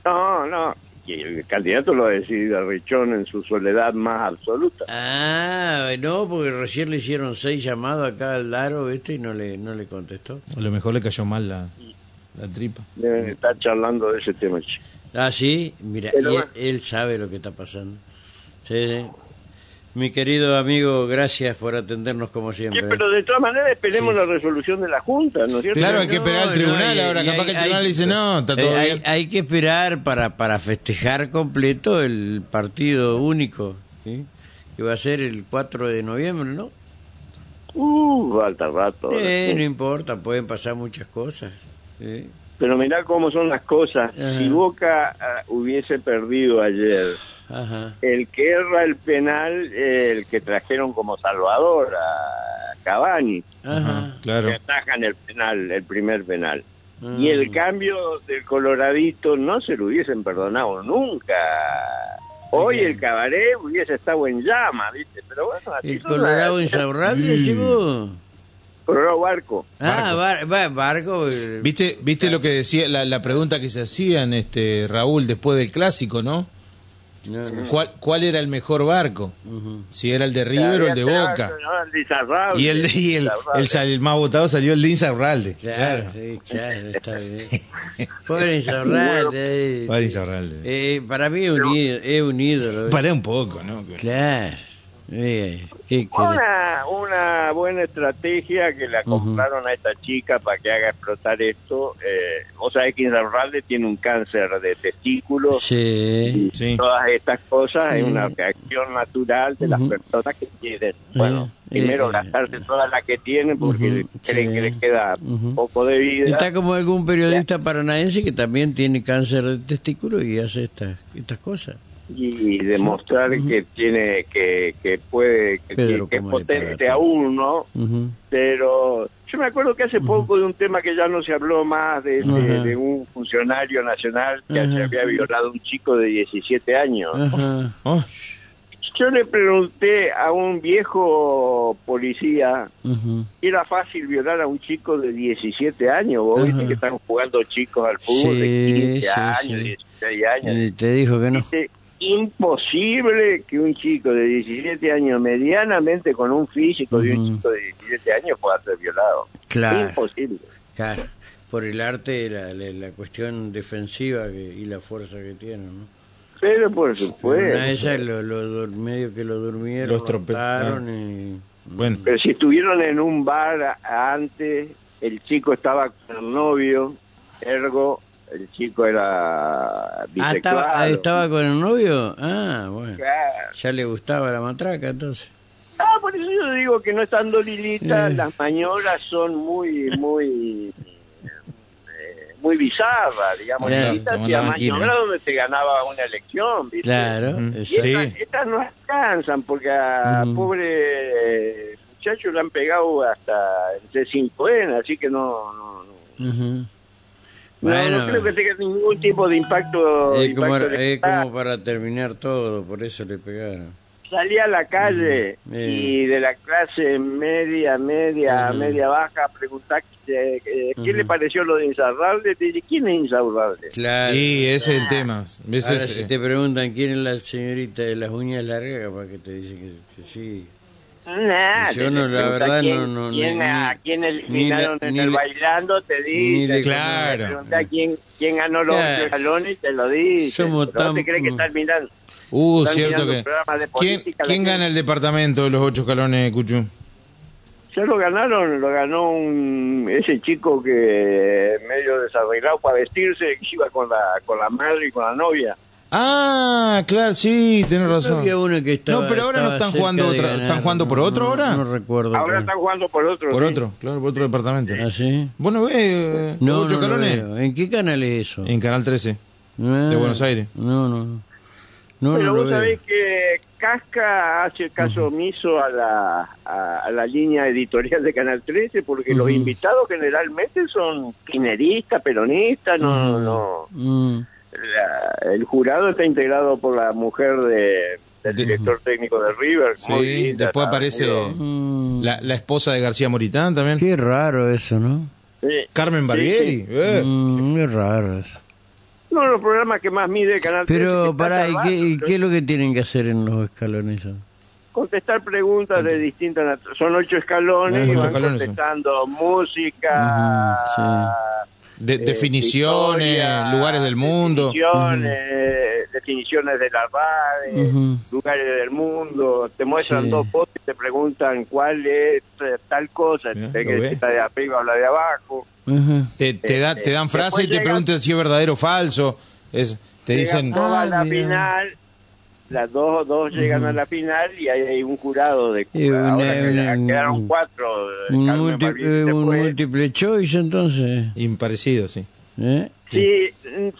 C: No, no. Y el candidato lo decide Richón en su soledad más absoluta.
A: Ah, no, porque recién le hicieron seis llamados acá al Laro este y no le, no le contestó.
B: A lo mejor le cayó mal la, la tripa.
C: Deben estar charlando de ese tema. che.
A: Ah, sí, mira,
C: Pero
A: y él,
C: bueno.
A: él sabe lo que está pasando. Sí, sí. Mi querido amigo, gracias por atendernos como
C: Sí,
A: siempre. ¿eh?
C: pero de todas maneras esperemos la resolución de la Junta, ¿no es cierto?
B: Claro, hay que
A: No,
B: esperar al tribunal
A: y-
B: ahora,
A: y
B: capaz
A: hay-
B: que el
A: hay-
B: tribunal le dice, no, está todo
A: eh, hay,
B: bien.
A: hay que esperar para, para festejar completo el partido único, ¿sí? que va a ser el 4 de noviembre, ¿no?
C: Uh, falta rato. ahora,
A: Eh,
C: sí.
A: no importa, pueden pasar muchas cosas. ¿sí?
C: Pero mirá cómo son las cosas.
A: Ajá.
C: Si Boca ah, hubiese perdido ayer,
A: Ajá.
C: el que erra el penal, eh, el que trajeron como salvador a Cavani,
A: Ajá.
B: Claro.
C: que atajan el penal, el primer penal.
A: Ah.
C: Y el cambio del coloradito no se lo hubiesen perdonado nunca. Hoy
A: Bien.
C: el cabaret hubiese estado en llama, ¿viste? Pero bueno, así
A: ¿El
C: son
A: Colorado
C: las-
A: insaurrable, decís vos?
C: Colorado Barco.
A: Ah, bar- va- Barco. eh,
B: ¿Viste, viste lo que decía, la, la pregunta que se hacían, este, Raúl, después del clásico, ¿no?
A: no, no.
B: ¿Cuál, cuál era el mejor barco?
A: Ujú.
B: Si era el de River o el de Boca.
C: No, el de Izarralde,
B: Y el, de- y el,
C: Izarralde.
B: el sal- el más votado salió el de Insaurralde.
A: Claro,
B: Claro.
A: sí, claro, está bien. Pobre Insaurralde. eh.
B: Para Insaurralde.
A: Eh, para mí es un, ídolo, es un ídolo. eh.
B: Pará un poco, ¿no?
A: Claro. Eh, ¿qué querés?
C: Una, una buena estrategia que la compraron a esta chica para que haga explotar esto. Eh, o sea, que Izarralde tiene un cáncer de testículo.
A: Sí.
B: Sí.
C: Todas estas cosas
A: Sí.
C: es una reacción natural de las
A: Ujú.
C: personas que quieren. Bueno,
A: Eh,
C: primero
A: eh,
C: gastarse todas las que tienen porque
A: Ujú,
C: creen
A: sí.
C: que les queda
A: Ujú.
C: poco de vida.
A: Está como algún periodista paranaense que también tiene cáncer de testículo y hace estas estas cosas.
C: y demostrar que tiene que, que puede que,
A: Pedro,
C: que es
A: cómo le
C: potente
A: pega a
C: aún no
A: Ujú.
C: pero yo me acuerdo que hace poco de un tema que ya no se habló más de, de-
A: Ajá.
C: de un funcionario nacional que
A: Ajá. Ah.
C: se había violado a un chico de 17 años
A: Ajá.
B: Oh,
C: yo le pregunté a un viejo policía
A: Ujú.
C: era fácil violar a un chico de 17 años vos
A: Ajá.
C: viste que están jugando chicos al fútbol
A: Sí,
C: de 15
A: sí,
C: años
A: sí.
C: 16 años
A: Y te dijo que no.
C: Dice, imposible que un chico de 17 años, medianamente con un físico de
A: Ujú.
C: un chico de 17 años, pueda ser violado.
A: Claro.
C: Imposible.
A: Claro. Por el arte, la, la, la cuestión defensiva que- y la fuerza que tienen. ¿no?
C: Pero por
A: Una de
C: supuesto.
A: esas lo, lo dur- medio que lo durmieron,
B: Los trope- ah.
A: mataron
B: bueno.
C: Pero si estuvieron en un bar a- antes, el chico estaba con el novio, ergo, el chico era
A: y... Ah, estaba, ah,
C: bisexual.
A: estaba con el novio? Ah, bueno.
C: Claro.
A: Ya le gustaba la matraca entonces.
C: Ah, por eso yo digo que no estando Lilita,
A: Eh.
C: las mañoras son muy, muy, eh, muy bizarras, digamos.
A: Claro,
C: Lilita
B: como
C: se
B: la banquina.
C: amañobraba donde se ganaba una elección, ¿viste?
A: Claro,
B: Ujú.
C: Y
A: exacto.
C: estas,
B: Sí.
C: estas no alcanzan porque a
A: Ujú.
C: pobre eh, muchacho le han pegado hasta el C5N, así que no... no, no.
A: Ujú.
C: No,
A: Bueno,
C: no creo que tenga ningún tipo de impacto.
A: es, como,
C: impacto
A: es
C: electoral.
A: como para terminar todo, por eso le pegaron.
C: salí a la calle
A: Mm, bien.
C: y de la clase media, media, media baja a preguntar eh, eh, ¿qué le pareció lo de Insaurralde? Te dice, ¿quién es Insaurralde?
A: Claro.
B: Sí, ese es el tema. Ese
A: Ahora,
B: es,
A: si
B: eh,
A: te preguntan quién es la señorita de las uñas largas, capaz que te dicen que, que sí.
C: Nah,
A: Yo
C: te
A: no, la
C: pregunta
A: verdad,
C: quién-
A: no, no,
C: ¿Quién,
A: ni-
C: a quién
A: ni
C: eliminaron
A: la-
C: en
A: ni
C: el
A: la-
C: bailando? Te
A: ni la-
C: dice.
B: Claro.
C: Te pregunta quién, quién ganó los
A: Claro.
C: ocho galones, te lo dice.
A: Somos
C: Pero
A: tan-
C: vos te crees que estás mirando?
B: Uh,
C: Están
B: cierto
C: mirando
B: que.
C: programas de
B: ¿Quién,
C: política,
B: quién
C: la
B: gana el departamento de los ocho escalones, Cuchu?
C: Ya lo ganaron, lo ganó un, ese chico que medio desarreglado para vestirse, que iba con la, con la madre y con la novia.
B: Ah, claro, sí, tenés razón.
A: Había uno que estaba-
B: no, pero ahora no
A: estaba
B: están
A: cerca
B: jugando
A: de
B: otra-
A: ganar.
B: están jugando por
A: No,
B: otro
A: no,
B: ahora.
A: No recuerdo.
C: Ahora
A: cuál.
C: están jugando por otro.
B: por
C: sí.
B: otro, claro, por otro departamento.
A: ¿Ah, sí?
B: Bueno, ve, eh,
A: No,
B: los ocho
A: no lo
B: escalones
A: veo. ¿En qué canal es eso?
B: en Canal 13.
A: Ah,
B: de Buenos Aires.
A: No, no, no. No,
C: Pero
A: no lo
C: vos
A: veo.
C: sabés que Casca hace caso omiso a la, a, a la línea editorial de Canal 13 porque los
A: Ujú.
C: invitados generalmente son kirchneristas, peronistas, no, no.
A: Mm.
C: La- el jurado está integrado por la mujer de, del
B: De-
C: director técnico de River.
B: Sí,
C: muy linda,
B: después
C: la-
B: aparece
A: Mm.
B: la, la esposa de García Moritán también.
A: Qué raro eso, ¿no?
C: Sí.
B: Carmen Barbieri. eh.
A: Mm, qué raro eso.
C: Uno de los programas que más mide Canal 13. que
A: Pero
C: está
A: pará, ¿y
C: salvando,
A: qué, y qué es lo que tienen que hacer en los escalones? esos?
C: Contestar preguntas de distintas... nat- Son ocho escalones
B: Ocho
C: y van
B: escalones son.
C: contestando música...
A: Ujú,
B: De-
C: eh,
B: definiciones,
C: historia,
B: lugares del mundo.
C: Definiciones, definiciones de la RAE,
A: Ujú.
C: lugares del mundo. Te muestran
A: Sí.
C: dos fotos y te preguntan cuál es eh, tal cosa.
B: Mirá,
C: te
B: lo
C: que
B: ves.
C: está de arriba o la de abajo.
A: Ajá.
B: Te, te, da- te dan
C: Después
B: frases y te
C: llega-
B: preguntan si es verdadero o falso. Es, te
C: Llegan
B: dicen,
C: todas
A: Ah,
C: a la
A: mira.
C: final. Las dos, dos llegan a la final y hay, hay un jurado de
A: Y una-
C: Ahora
A: una-
C: queda- quedaron cuatro.
A: Un,
C: Carmen
A: múlti-
C: Marín
A: eh,
C: se
A: un
C: fue.
A: múltiple choice entonces.
B: imparecido, sí.
A: ¿Eh?
C: Sí,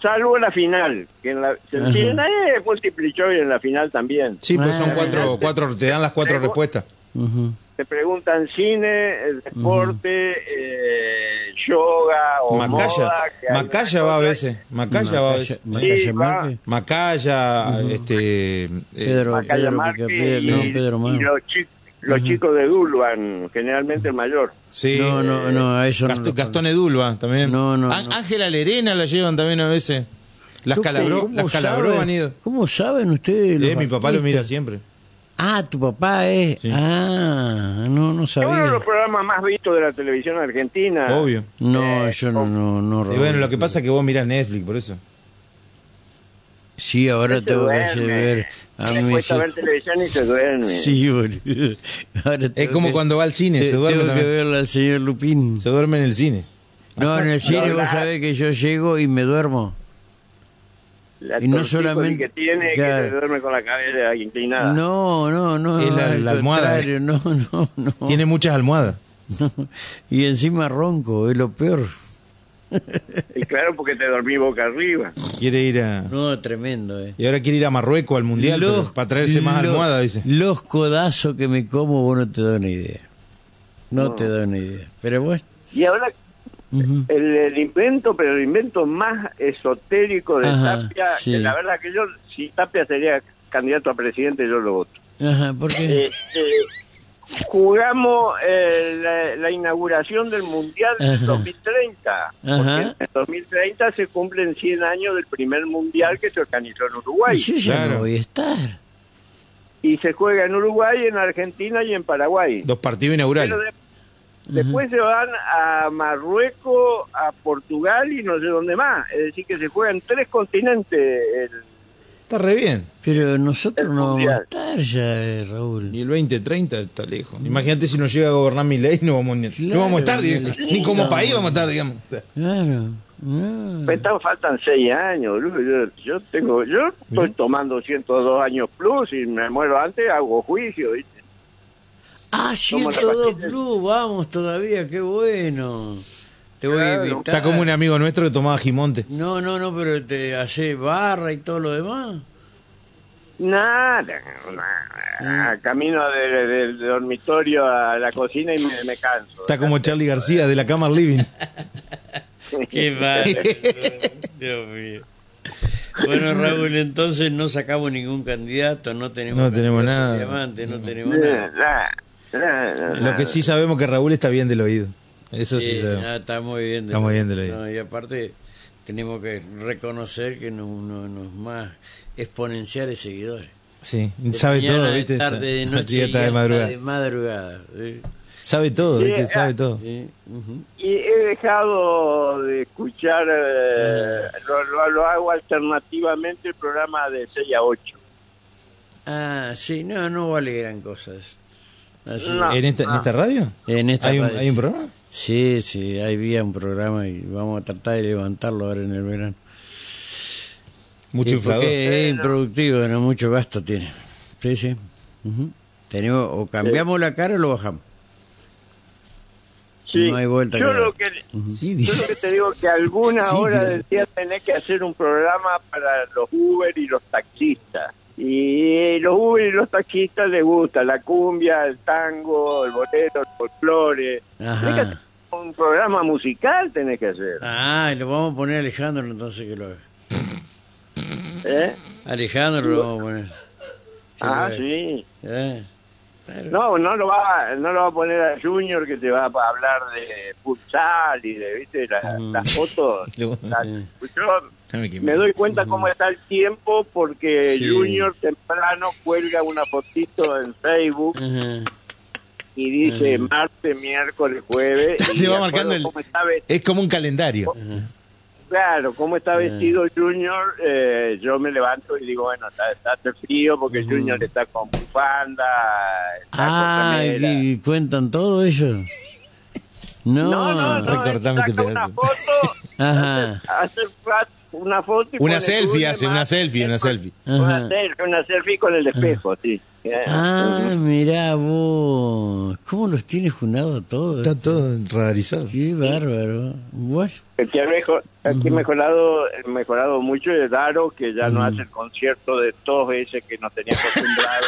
C: salvo la final. Que en la, se
A: Ajá.
C: entiende, eh, multiple choice en la final también.
B: Sí, pues son
A: Ah.
B: cuatro, cuatro, te dan las cuatro
C: Luego-
B: respuestas.
A: Ujú.
C: te preguntan cine, eh, deporte, eh, yoga o
B: Macaya,
C: moda. que hay
B: Macaya
C: una
B: va a
C: cosa-
B: veces, Macaya Ah, va a veces.
A: Macaya
C: Sí, va.
A: Márquez.
B: Macaya, este, eh,
A: Pedro,
C: Macaya
A: Pedro
C: Márquez
A: Picapiedra,
C: y,
A: no, Pedro
C: y
A: Márquez.
C: los, chi- los chicos de Dulban, generalmente el mayor.
B: sí,
A: No, no, no, a eso no
B: Gast-
A: lo-
B: Eh, Gastón Edulba también.
A: No, no,
B: Á-
A: no.
B: Ángela Lerena la llevan también a veces. Las
A: ¿Cómo-
B: calabró,
A: cómo
B: las calabró
A: saben-
B: han ido.
A: ¿Cómo saben ustedes?
B: Eh,
A: los
B: mi papá lo
A: artistas?
B: mira siempre.
A: Ah, tu papá es.
B: Sí.
A: Ah, no, no
C: Es uno de
A: sabía.
C: los programas más vistos de la televisión argentina.
B: Obvio.
A: No, yo no, no, no.
B: Y
A: Raúl.
B: bueno, lo que pasa es que vos mirás Netflix, por eso.
A: Sí, ahora
C: Se
A: tengo que hacer
C: duerme.
A: ver a
C: Le
A: mi
C: cuesta ver televisión y se duerme.
A: Sí, boludo. Ahora
B: Es
A: tengo
B: como
A: que-
B: cuando va al cine,
A: te-
B: se duerme
A: Tengo que
B: también.
A: verla al señor Lupín.
B: Se duerme en el cine.
A: No, en el cine
C: Ahora-
A: vos sabés que yo llego y me duermo.
C: La
A: Y no
C: tortícolis
A: solamente-
C: que tiene
A: claro.
C: que se duerme con la cabeza inclinada.
A: No, no, no.
B: Ah. Es la-
A: al
B: la almohada, eh.
A: contrario, No, no, no.
B: Tiene muchas almohadas.
A: No. Y encima ronco, es lo peor.
C: Y claro, porque te dormí boca arriba.
B: Quiere ir a.
A: No, tremendo, eh.
B: Y ahora quiere ir a Marruecos al mundial pero para traerse más
A: los-
B: almohadas, dice.
A: Los codazos que me como, vos no te da una idea. No, te da una idea. Pero bueno.
C: Y ahora
A: ujú.
C: El, el invento, pero el invento más esotérico de
A: Ajá,
C: Tapia,
A: sí.
C: que la verdad que yo, si Tapia sería candidato a presidente, yo lo voto.
A: Ajá, ¿por qué?
C: Eh, eh, jugamos eh, la, la inauguración del Mundial del
A: Ajá.
C: 2030,
A: Ajá.
C: porque en 2030 se cumplen 100 años del primer Mundial que se organizó en Uruguay.
A: Y yo ya
B: claro.
A: no voy a estar.
C: Y se juega en Uruguay, en Argentina y en Paraguay.
B: Dos partidos
C: Pero
B: inaugurales.
C: de- después se van a Marruecos, a Portugal y no sé dónde más. Es decir, que se juegan tres continentes. el-
B: Está re bien.
A: Pero nosotros
C: El
A: no vamos a
C: mundial.
A: estar ya, eh, Raúl.
B: Y el 2030 está lejos. Imagínate si nos llega a gobernar mi ley, no vamos, ni, no vamos a estar,
A: Claro,
B: digamos. ni como
A: no.
B: país vamos a estar, digamos.
A: Claro. no.
C: me están- faltan seis años. boludo. Yo, yo tengo, yo estoy tomando 102 años plus y me muero antes, hago juicio. ¿viste?
A: Ah,
C: Como la
A: 102
C: pastilla.
A: Plus, vamos todavía, qué bueno. Te voy a
C: Claro.
A: invitar.
B: Está como un amigo nuestro que tomaba Gimonte.
A: No, no, no, pero te hace barra y todo lo demás.
C: Nada, nada. camino de- de- del dormitorio a la cocina y me, me canso.
B: Está como Charlie García de la Cama Living.
A: Qué malo. Dios mío. Bueno, Raúl, entonces no sacamos ningún candidato, no tenemos
B: No tenemos
A: candidato
B: nada.
A: de diamante, no tenemos
C: Nah,
A: nada.
C: nah, nah, nah.
B: Lo que sí sabemos que Raúl está bien del oído. Eso sí, sabemos.
A: ah, está muy bien. de
B: Está muy bien
A: lo-
B: de lo-
A: no, y aparte, tenemos que reconocer que no, no- nos más exponenciales seguidores.
B: Sí,
A: De
B: sabe
A: mañana,
B: todo,
A: de
B: ¿viste?
A: tarde, de
B: Está-
A: noche,
B: sí,
A: y
B: está de
A: hasta
B: madrugada.
A: de madrugada, ¿sí?
B: Sabe todo,
C: Sí,
B: ¿viste?
C: ah,
B: Sabe todo.
A: Sí, ujú.
C: Y he dejado de escuchar, eh, lo, lo- lo hago alternativamente el programa de 6 a 8.
A: Ah, sí, no, no vale gran cosas. Así-
C: No.
B: ¿En, esta, en
C: Ah.
B: esta radio?
A: En esta
B: ¿Hay un,
A: radio,
B: ¿Hay un
A: sí.
B: programa?
A: Sí, sí, ahí había un programa y vamos a tratar de levantarlo ahora en el verano.
B: Mucho
A: Sí,
B: inflador.
A: Porque es improductivo, no mucho gasto tiene. Sí, sí. Ujú. Tenemos, o cambiamos la cara o lo bajamos.
C: Sí.
A: No hay vuelta
C: yo
A: que
C: lo
A: dar.
C: que
B: Sí,
C: yo
B: dice.
C: lo que te digo que alguna
B: Sí,
C: hora
B: pero-
C: del día tenés que hacer un programa para los Uber y los taxistas. Y los Uber y los taxistas les gusta la cumbia, el tango, el bolero, el folclore.
A: Ajá.
C: Tenés que hacer Un programa musical tenés que hacer.
A: Ah, y lo vamos a poner a Alejandro entonces que lo haga.
C: ¿eh?
A: Alejandro lo vamos a poner.
C: Ah,
A: lo-
C: sí.
A: Eh, claro.
C: No, no lo va, no lo va a poner a Junior que te va a hablar de futsal y de, viste,
B: Ah.
C: La-
A: Mm.
C: las fotos.
B: Lo-
C: Las-
A: Sí.
C: yo
B: Ya me quemé.
C: me doy cuenta cómo está el tiempo porque
A: Sí.
C: Junior temprano cuelga una fotito en Facebook
A: Ajá.
C: y dice
A: Ajá.
C: martes, miércoles, jueves. y
B: Mm. Te
C: de
B: va
C: acuerdo
B: marcando el...
C: cómo está ve-
B: Es como un calendario.
C: Claro, cómo está
A: Ajá.
B: Eh.
C: vestido Junior, eh, yo me levanto y digo, bueno, está, está- hace frío porque
A: Ujú.
C: Junior está con bufanda. está con
A: Ah,
C: remera.
A: ¿y cuentan todo eso? No,
C: No, no, no.
B: Recortame
C: él
B: este
C: saca una
B: pedazo.
C: foto,
A: Ajá.
C: hace flat- una foto. y
B: Una
C: pone
B: selfie
C: Junior
B: hace, una
C: Martes,
B: selfie, una
C: con-
B: selfie.
A: Ajá.
C: Una selfie, una selfie con el espejo, sí.
A: Ah, mirá vos. ¿Cómo los tienes junado a todos?
B: Está todo radarizado.
A: Qué bárbaro. Bueno.
C: El que ha mejor- el que ha mejorado, mejorado mucho es Daro, que ya no hace el concierto de todos ese que nos tenía acostumbrado.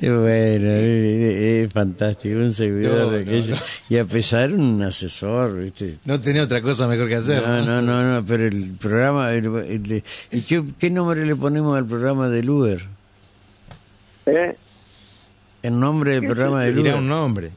A: Y Bueno, eh, eh, eh, fantástico, un seguidor
B: No,
A: de
B: no,
A: aquello.
B: no.
A: Y a pesar un asesor, ¿viste?
B: No tenía otra cosa mejor que hacer.
A: No, no, no, no, pero el programa... el- el- el- ¿y qué, qué nombre le ponemos al programa del Uber?
C: ¿Eh?
A: El nombre del programa del
B: Dirá un
A: Uber.
B: nombre.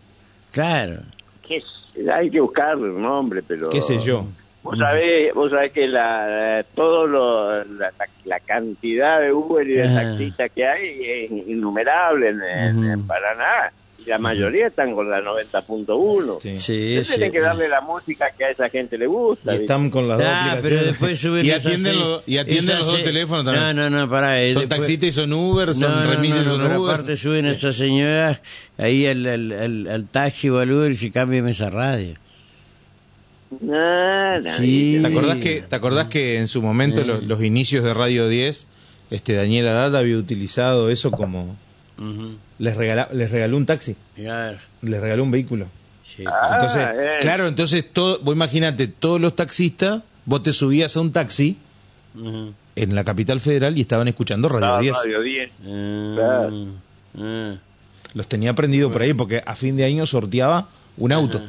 A: Claro.
C: ¿Qué es? Hay que buscar un nombre, pero...
B: ¿Qué sé yo?
C: Vos sabés, vos sabés que la, todo lo- la, la- la cantidad de Uber y de
A: Ajá.
C: taxistas que hay es innumerable en, en-
A: Ujú.
C: en Paraná. Y la mayoría están con la 90.1.
B: Sí.
A: Sí,
C: Ustedes
A: sí.
C: Tienen que darle la música que a esa gente le gusta.
B: Y
C: ¿viste?
B: están con las dos
A: Ah, pero
B: aplicaciones.
A: después suben
B: y
A: esas
B: atienden,
A: seis-
B: los, y atienden
A: esas
B: los dos
A: seis-
B: teléfonos también.
A: No, no, no, pará. eh,
B: son
A: después-
B: taxistas y son Uber, son
A: No, no,
B: remises
A: no,
B: y
A: no,
B: son
A: pero
B: Uber.
A: aparte suben a esas señoras ahí al, al, al, al taxi o al Uber y se cambian esa radio.
C: No, no,
A: Sí.
B: ¿Te acordás que, ¿Te acordás que en su momento lo- los, inicios de Radio 10, este Daniel Haddad había utilizado eso como... Les, regala- les regaló un taxi,
A: Claro,
B: les regaló un vehículo.
A: sí.
C: Ah,
B: Entonces,
C: eh.
B: claro, entonces, todo, vos imagínate, todos los taxistas, vos te subías a un taxi
A: Ujú.
B: en la capital federal y estaban escuchando Radio
C: Ah,
B: 10.
C: Radio 10.
A: Ah,
C: Claro.
A: ah.
B: Los tenía prendido por ahí porque a fin de año sorteaba un auto.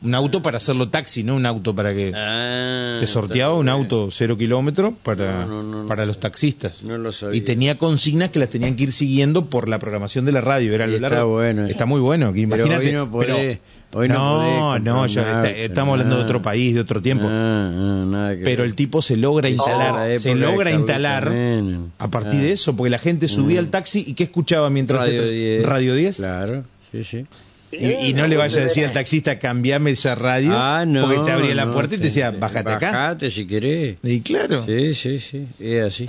B: Un auto para hacerlo taxi, no un auto para que...
A: Ah,
B: Te sorteaba un
A: está
B: auto cero kilómetro para,
A: No, no, no, no.
B: para los taxistas.
A: No lo sabía.
B: Y tenía consignas que las tenían que ir siguiendo por la programación de la radio. Era
A: Y
B: lo
A: está
B: largo.
A: bueno eso.
B: Está muy bueno. que
A: Pero hoy
B: imagínate.
A: no podés- hoy no podés
B: no,
A: comprar
B: no, ya
A: un
B: está-
A: auto,
B: estamos hablando de
A: nada.
B: otro país, de otro tiempo.
A: Ah, ah, nada que
B: Pero
A: ver.
B: el tipo se logra
A: Esa
B: instalar.
A: era la
B: se
A: época de
B: logra
A: Carlito
B: instalar
A: Menem.
B: a partir
A: Ah. Mm.
B: de eso, porque la gente subía al taxi y ¿qué escuchaba mientras
A: Radio
B: se-
A: 10.
B: Radio 10?
A: Claro, sí, sí.
B: Y, y no le vaya a decir al taxista, cambiame esa radio,
A: Ah, no.
B: porque te abría la
A: no,
B: puerta y te decía, bájate acá.
A: Bajate si querés.
B: Y claro.
A: Sí, sí, sí, es así.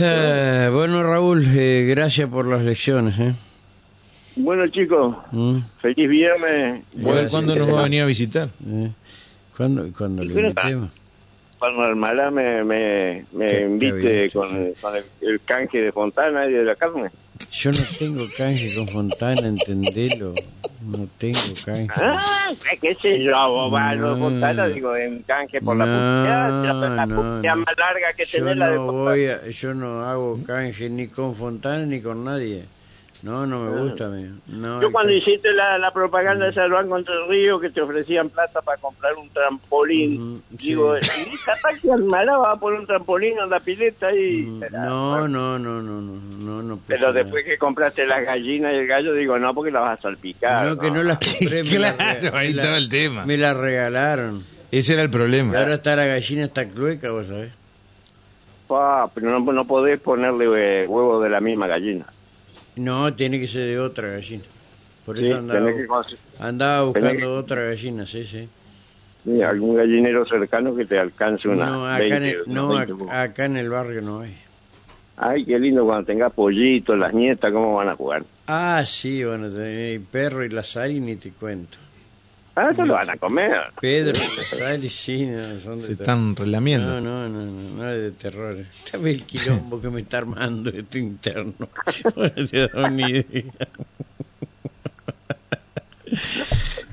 A: Ah, bueno, Raúl, eh, gracias por las lecciones. ¿eh?
C: Bueno, chicos,
A: Mm,
C: feliz viernes.
B: A ver
A: Gracias.
B: cuándo nos va a venir a visitar.
A: eh. ¿Cuándo, cuándo lo
C: Pero-
A: invitemos?
C: Cuando Almalá me, me, me
A: Qué- qué bien,
C: invite
A: sí,
C: con, con el, el canje de Fontana y de la carne.
A: Yo no tengo canje con Fontana, entendelo. No tengo canje.
C: Ah, qué sé yo, bobalo de
A: No.
C: Fontana, digo, en canje por la
A: No,
C: publicidad, la, la
A: no,
C: publicidad
A: no.
C: más larga que
A: Yo
C: tenés la de
A: no
C: Fontana.
A: voy a- yo no hago canje ni con Fontana ni con nadie. No, no me gusta, amigo. No,
C: Ah.
A: Mm.
C: Yo cuando
A: el-
C: hiciste la, la propaganda esa del Banco Entre Ríos que te ofrecían plata para comprar un trampolín,
A: Ujú, Mm, sí.
C: digo, "Y esa taxi Almalá va a poner un trampolín en la pileta y...
A: Mm, No, pues no, no, no, no, no, no puse
C: Pero
A: nada.
C: después que compraste las gallinas y el gallo, digo, no, porque las vas a salpicar.
A: No, que no las compré. me las
B: Claro,
A: rega-
B: ahí
A: me
B: estaba
A: las-
B: el tema.
A: Me las regalaron.
B: Ese era el problema.
A: Y ahora está la gallina, está clueca, vos sabés.
C: Pa, Ah, pero no, no podés ponerle eh, huevos de la misma gallina.
A: No, tiene que ser de otra gallina. Por
C: Sí,
A: eso andaba,
C: tenés que cons-
A: andaba buscando
C: tenés que-
A: otra gallina, sí, sí.
C: Sí, algún gallinero cercano que te alcance una
A: No, acá,
C: 20,
A: en el,
C: una
A: no,
C: 20
A: ac-
C: huevos.
A: acá en el barrio no hay.
C: Ay, qué lindo cuando tengas pollitos, las nietas, cómo van a jugar.
A: Ah, sí, van a tener el perro y la sal y ni te cuento.
C: Ah, eso lo van a comer.
A: Pedro y la sal y sí, no, son de
B: Se
A: ter-
B: están
A: No,
B: relamiendo.
A: no, no, no, no es de terror. Está el quilombo que me está armando este interno. No te da una idea.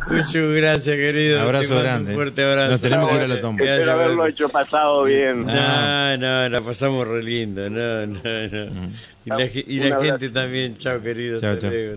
A: Muchas gracias, querido.
B: Abrazo
A: Te mando
B: grande.
A: Un fuerte abrazo.
B: Nos tenemos que ir a la
A: Gracias,
B: tumba. Ah.
C: Espero
A: gracias.
C: haberlo hecho pasado bien.
A: Ah, No, no, la pasamos re lindo. No, no, no. Y la, ge- y la
C: Un abrazo.
A: gente también. Chao, querido.
B: Chao,
A: hasta
B: Mm. chao.
A: luego.